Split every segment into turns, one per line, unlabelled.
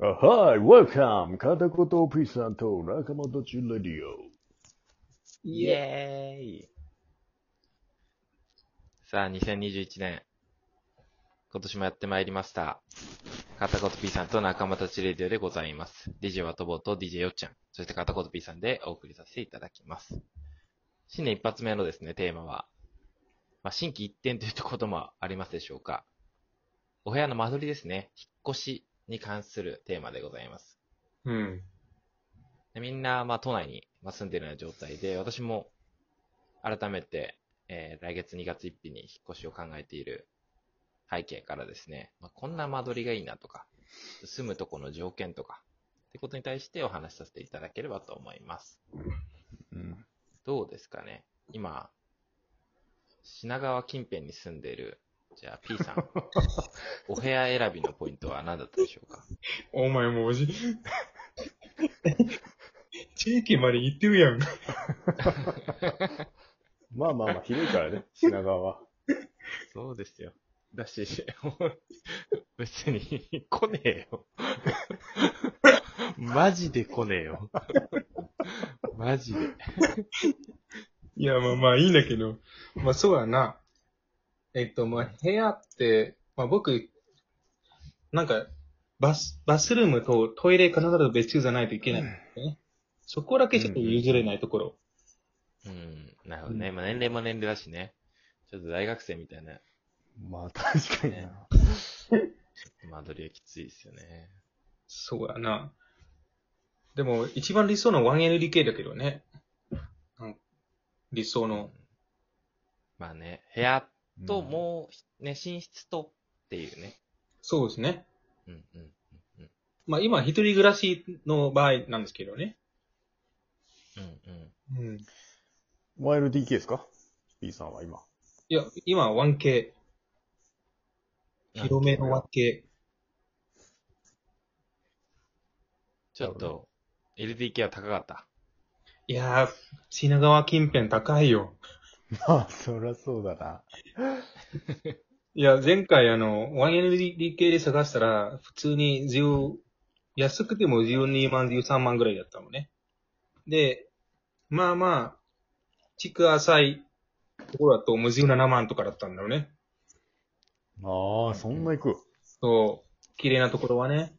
あはい、welcome! 片言おぴさんと仲間たちレディオ。
イエーイ。
さあ、2021年、今年もやってまいりました。片言 P さんと仲間たちレディオでございます。DJ はとぼと DJ よっちゃん、そして片言 P さんでお送りさせていただきます。新年一発目のですね、テーマは、まあ、新規一点ということもありますでしょうか。お部屋の間取りですね、引っ越しに関するテーマでございます。
うん。
でみんな、まあ、都内にまあ住んでるような状態で、私も、改めて、えー来月2月1日に引っ越しを考えている背景からですね、まあ、こんな間取りがいいなとか、住むとこの条件とか、ってことに対してお話しさせていただければと思います。
うん。
どうですかね今、品川近辺に住んでいる、じゃあ P さん、 お部屋選びのポイントは何だったでしょうか
お前もうおじ、地域まで行ってるやん。
まあまあまあ、広いから ね、品川は。
そうですよ。だし、 別に来ねえよ。 マジで来ねえよ。マジで。
いや、まあまあいいんだけど。まあそうやな。えっと、まあ部屋って、まあ僕、なんか、バス、バスルームとトイレ必ず別室じゃないといけないんだよね。そこだけちょっと譲れないところ。
うん、なるほどね。まあ、年齢も年齢だしね。ちょっと大学生みたいな
まあ確かにな。
間取りはきついですよね。
そうやな。でも、一番理想の 1LDK だけどね。うん理想の。
まあね、部屋と
うん、
もう、ね、寝室とっていうね。
そうですね。
うんうんうん
まあ今、一人暮らしの場合なんですけどね。
うんうん。
うん。
YLDK ですか ?B さんは今。
いや、今は 1K。広めの 1K。
ちょっと、LDK は高かった。
いやー、品川近辺高いよ。
まあ、そりゃそうだな。
いや、前回あの、1LDK で探したら、普通に10、安くても12万、13万ぐらいだったのね。で、まあまあ、地区浅いところだともう17万とかだったんだろうね。
ああ、そんな行く。
そう、綺麗なところはね。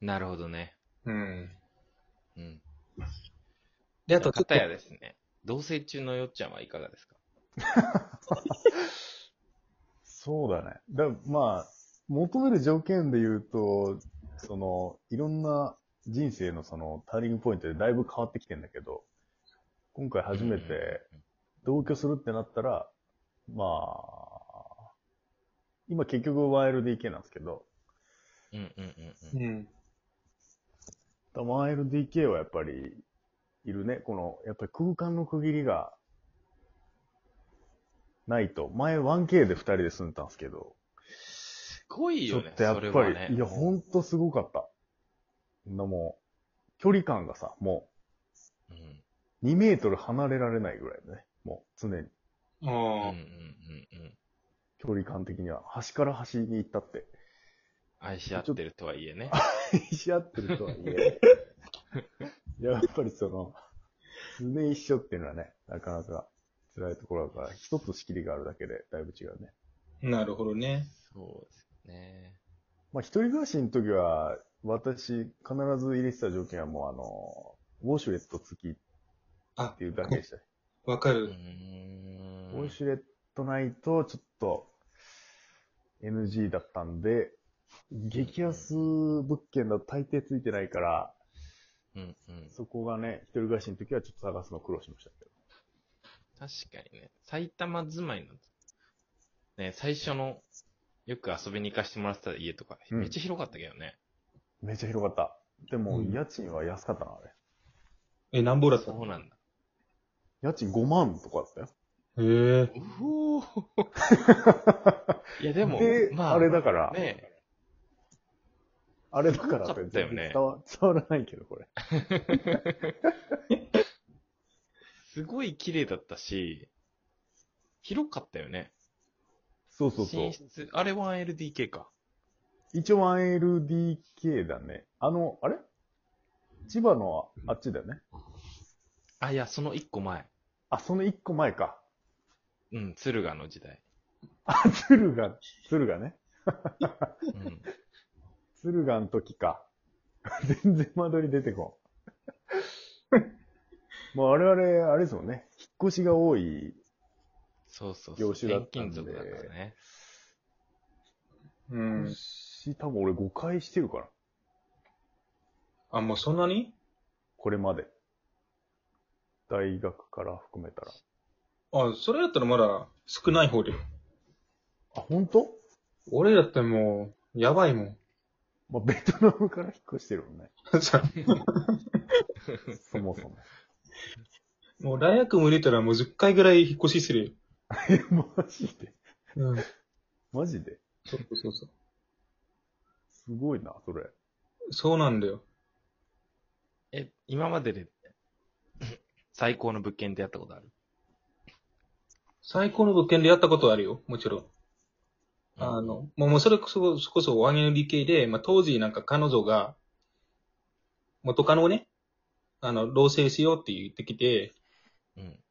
なるほどね。
うん。
うん。じ
で、あ
ゃ
と
あ、
ちょっと
片やですね、同棲中のよっちゃんはいかがですか
そうだね。だまあ、求める条件で言うと、その、いろんな人生のその、ターニングポイントでだいぶ変わってきてんだけど、今回初め
うんうん
て同居するってなったら、まあ、今結局 1LDK なんですけど、
うんうんうんう。
うんん。
1LDK はやっぱり、いるね。この、やっぱり空間の区切りが、ないと。前 1K で2人で住んでたんですけど、
すごい
ちょ
よ
っ
ね、
とやっ
それ
ぱ
は
り、
ね。
いや、ほんとすごかった。のもう、距離感がさ、も
うん。う
う、2メートル離れられないぐらいのね。もう、常に、
んうんう
ああ
ん、うん。
距離感的には、端から端に行ったって。
愛し合ってるとはいえね。
し合ってるとはい え、やっぱりその、常一緒っていうのはね、なかなか辛いところだから、一つ仕切りがあるだけで、だいぶ違うね。
なるほどね。
そうです ね。
まあ、一人暮らしの時は、私、必ず入れてた条件はもう、あの、ウォシュレット付き
あ
っ、ていうだけでしたね
わか
うー
る。
ん。
ウォシュレットないと、ちょっと、NG だったんで、激安物件だと大抵ついてないから、
うんうん。
そこがね、一人暮らしの時はちょっと探すの苦労しましたけど。
確かにね、埼玉住まいの、ね、最初の、よく遊びに行かせてもらってた家とか、
うん
めっちゃ広かったけどね。
めっちゃ広かった。でも、
うん
家賃は安かったな、あれ。
え、なんぼだった
そうなんだ。
家賃5万とかだったよ。
へえ。
うおーいや、でも、
で、
まあ、
あれだから、
ね
あれだから
高かったよね
伝わ伝わらないけど、これ。
すごい綺麗だったし、広かったよね。
そうそうそう
寝。室、あれ 1LDK か。
一応 1LDK だね。あの、あれ千葉のああっちだよね。
あ、いや、その一個前。
あ、その一個前か。
うん、敦賀の時代。
あ、鶴が、鶴がね。
うん。
鶴がの時か。 全然間取り出てこん。 まあ我々、あれですもんね。引っ越しが多い。
そうそうそう。
業種だったんで
転勤族だからね。
うん。
し、多分俺5回してるから。
あ、もうそんなに
これまで。大学から含めたら。
あ、それだったらまだ少ない方で。
あ、本当？
俺だってもう、やばい もん。
まあベトナムから引っ越してるもんね。
さ
そもそも。
もう大学も入れたらもう10回ぐらい引っ越しするよ。
え、マジで
うん。
マジで
そうそうそう。
すごいな、それ。
そうなんだよ。
え、今までで最高の物件ってやったことある
最高の物件でやったことはあるよ。もちろん。あ
うん
の、もうもうそれこそ、それこそ 1LDK で、まあ、当時なんか彼女が、元カノをね、あの、同棲しようって言ってきて、
うん。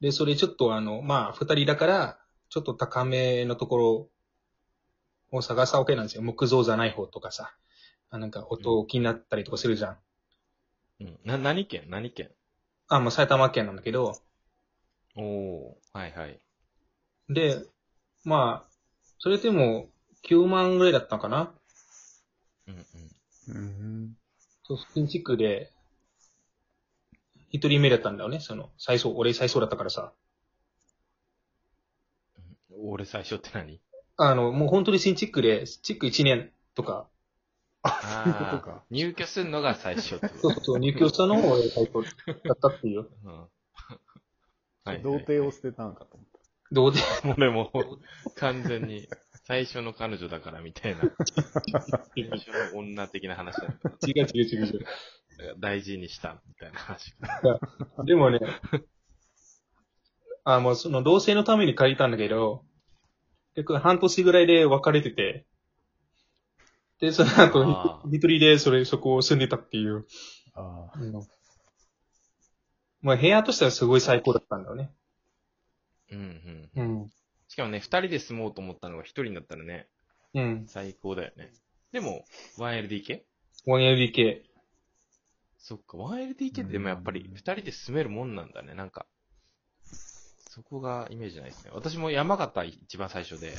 で、それちょっとあの、まあ、二人だから、ちょっと高めのところを探したわけなんですよ。木造じゃない方とかさ。あなんか音気になったりとかするじゃ
う
ん。
ん。な、何県何県
あ、まあ、埼玉県なんだけど、
おおはいはい。
で、まあ、それでも9万ぐらいだったのかな
うんうん。
うん。
そう、新地区で、一人目だったんだよね、その、最初、俺最初だったからさ。
俺最初って何
あの、もう本当に新地区で、地区1年とか、
あ、そういうこと
あー
か。
入居するのが最初ってこ
そう
と。
そう、入居したのを俺最初だったっていう。
うん。はいはい
童貞を捨てたんかと思っ
どうで、
俺も完全に最初の彼女だからみたいな。最初の女的な話だった。
違う違う違う違
大事にしたみたいな話。
う。 でもね、あ、もうその、同棲のために借りたんだけど、結局半年ぐらいで別れてて、で、その
あ
後
ー、
一人でそれ、そこを住んでたっていう。
た。ああ。
まあ部屋としてはすごい最高だったんだよね。
うんうん。
うん。
しかもね、二人で住もうと思ったのが一人になったらね、
うん。
最高だよね。でも、1LDK?
1LDK。
そっか、1LDK ってでもやっぱり
うん
二人で住めるもんなんだね、なんか。そこがイメージないですね。私も山形一番最初で、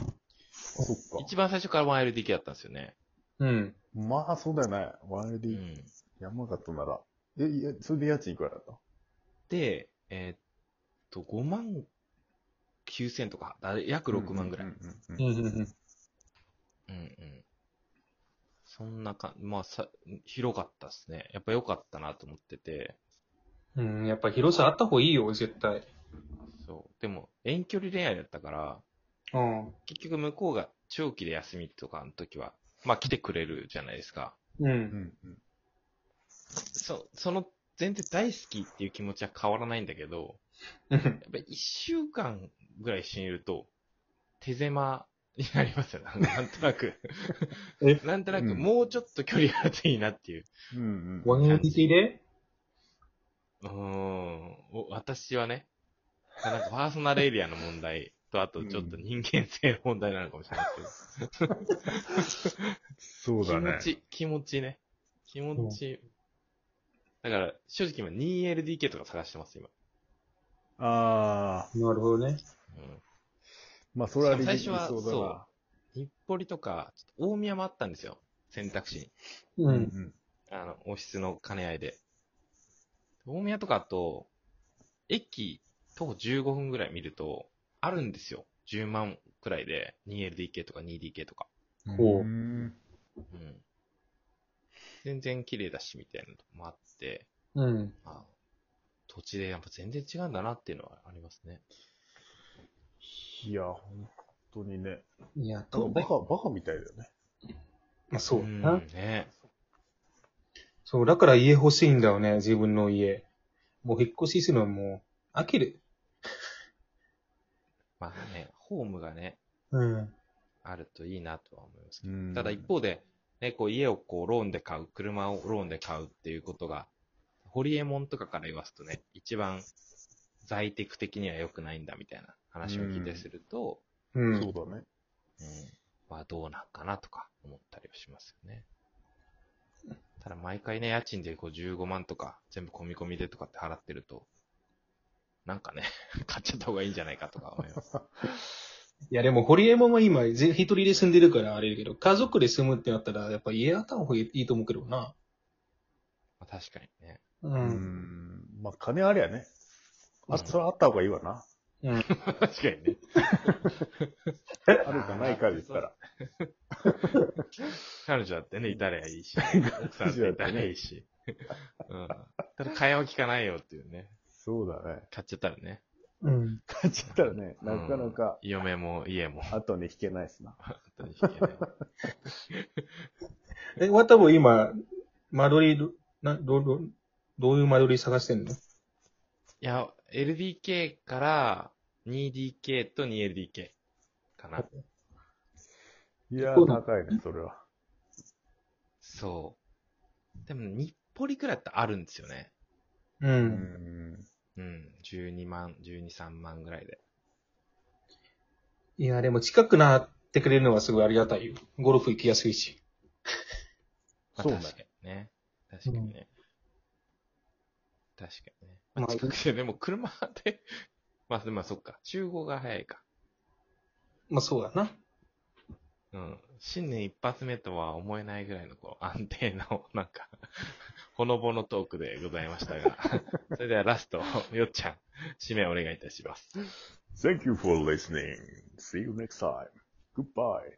そっか。
一番最初から 1LDK だったんですよね。
うん。
まあ、そうだよね。
う
YD、
ん。
山形なら。え、いや、それで家賃いくらだった
で、えーっと、5万9千とか、だ約6万ぐらい。
う
うん
うんうん
う
うん
んうんうん。
うん、そんなか、まあさ、広かったですね。やっぱ良かったなと思ってて。
うん、やっぱ広さあった方がいいよ、絶対。
そう。でも、遠距離恋愛だったから、
うん。
結局向こうが長期で休みとかの時は、まあ来てくれるじゃないですか。
う。
うんんうん。
そ、その、全然大好きっていう気持ちは変わらないんだけど、
うん。。
やっぱり一週間ぐらい一緒にいると、手狭になりますよ。なんなんとなく
え
なんとな
う
く、
ん
もうちょっと距離があるといいなっていう。
うんうん。
1LDK で
うーん。お私はね、なんかパーソナルエリアの問題と、あとちょっと人間性の問題なのかもしれないですけど。
そうだね。
気持ち、気持ちね。気持ち。だから、正直今 2LDK とか探してます、今。
ああ。
なるほどね。
うん
まあ、それは理
最
理
初
想
は
だな。
日暮里とか、ちょっと大宮もあったんですよ。選択肢に。
う。
うんん
あの、王室の兼ね合いで。大宮とかあと、駅徒歩15分ぐらい見ると、あるんですよ。10万くらいで、2LDK とか 2DK とか。
うん。
こう
うん。
うん。全然綺麗だし、みたいなのもあって、
うん。
あ土地でやっぱ全然違うんだなっていうのはありますね。
いや、本当にね。
いや、
な
と
んかバカ、バカみたいだよね。
まあ、そうう。
ん
な
ね。
そう、だから家欲しいんだよね、自分の家。もう引っ越しするのはもう、飽きる。
まあね、ホームがね、
うん。
ああるといいなとは思いますけど。
うん
ただ一方で、ね、こう家をこうローンで買う、車をローンで買うっていうことが、ホリエモンとかから言わすとね、一番在宅的には良くないんだみたいな話を聞いたりすると、
う
そ
ん。
うだね。
うんまあどうなんかなとか思ったりはしますよね。ただ毎回ね、家賃でこう15万とか、全部込み込みでとかって払ってると、なんかね、 買っちゃった方がいいんじゃないかとか思います。
いや、でも、ホリエモンは今、ぜ一人で住んでるからあれだけど、家族で住むってなったら、やっぱ家あった方がいいと思うけどな。
まあ確かにね。
う。
うんん。まあ、金ありゃね。あ、それあった方がいいわな。
う ん。
確かにね。
あるかないかですから。
彼女だってね、いたらいい し、奥さんだっていたらいいし。 うん。ただ、会話聞かないよっていうね。
そうだね。
買っちゃったらね。
うん。
買っちゃったらね、なかなか
うん嫁も家 も、
後に引けないしな。
後に引けない。
え、わたぼ今、間取りど、な、ど、ど、どういう間取り探してんの
いや、LDK から 2DK と 2LDK かな。
いやー、高いね、それは。
そう。でも、日暮里くらいだったらあるんですよね。
う。
うんん。
うん。12万、12、3万ぐらいで。
いや、でも近くなってくれるのはすごいありがたいよ。ゴルフ行きやすいし。
まあ、
そうね
確かにね。確かにね。確かにね。まあ、
まあ
近くで、でも車で、 まあ、でもそっか。集合が早いか。
まあそうだな。
うん。新年一発目とは思えないぐらいの、こう、 安定の、なんか、 ほのぼのトークでございまし たが。それではラスト、よっちゃん、締めお願いいたします。
Thank you for listening. See you next time. Goodbye.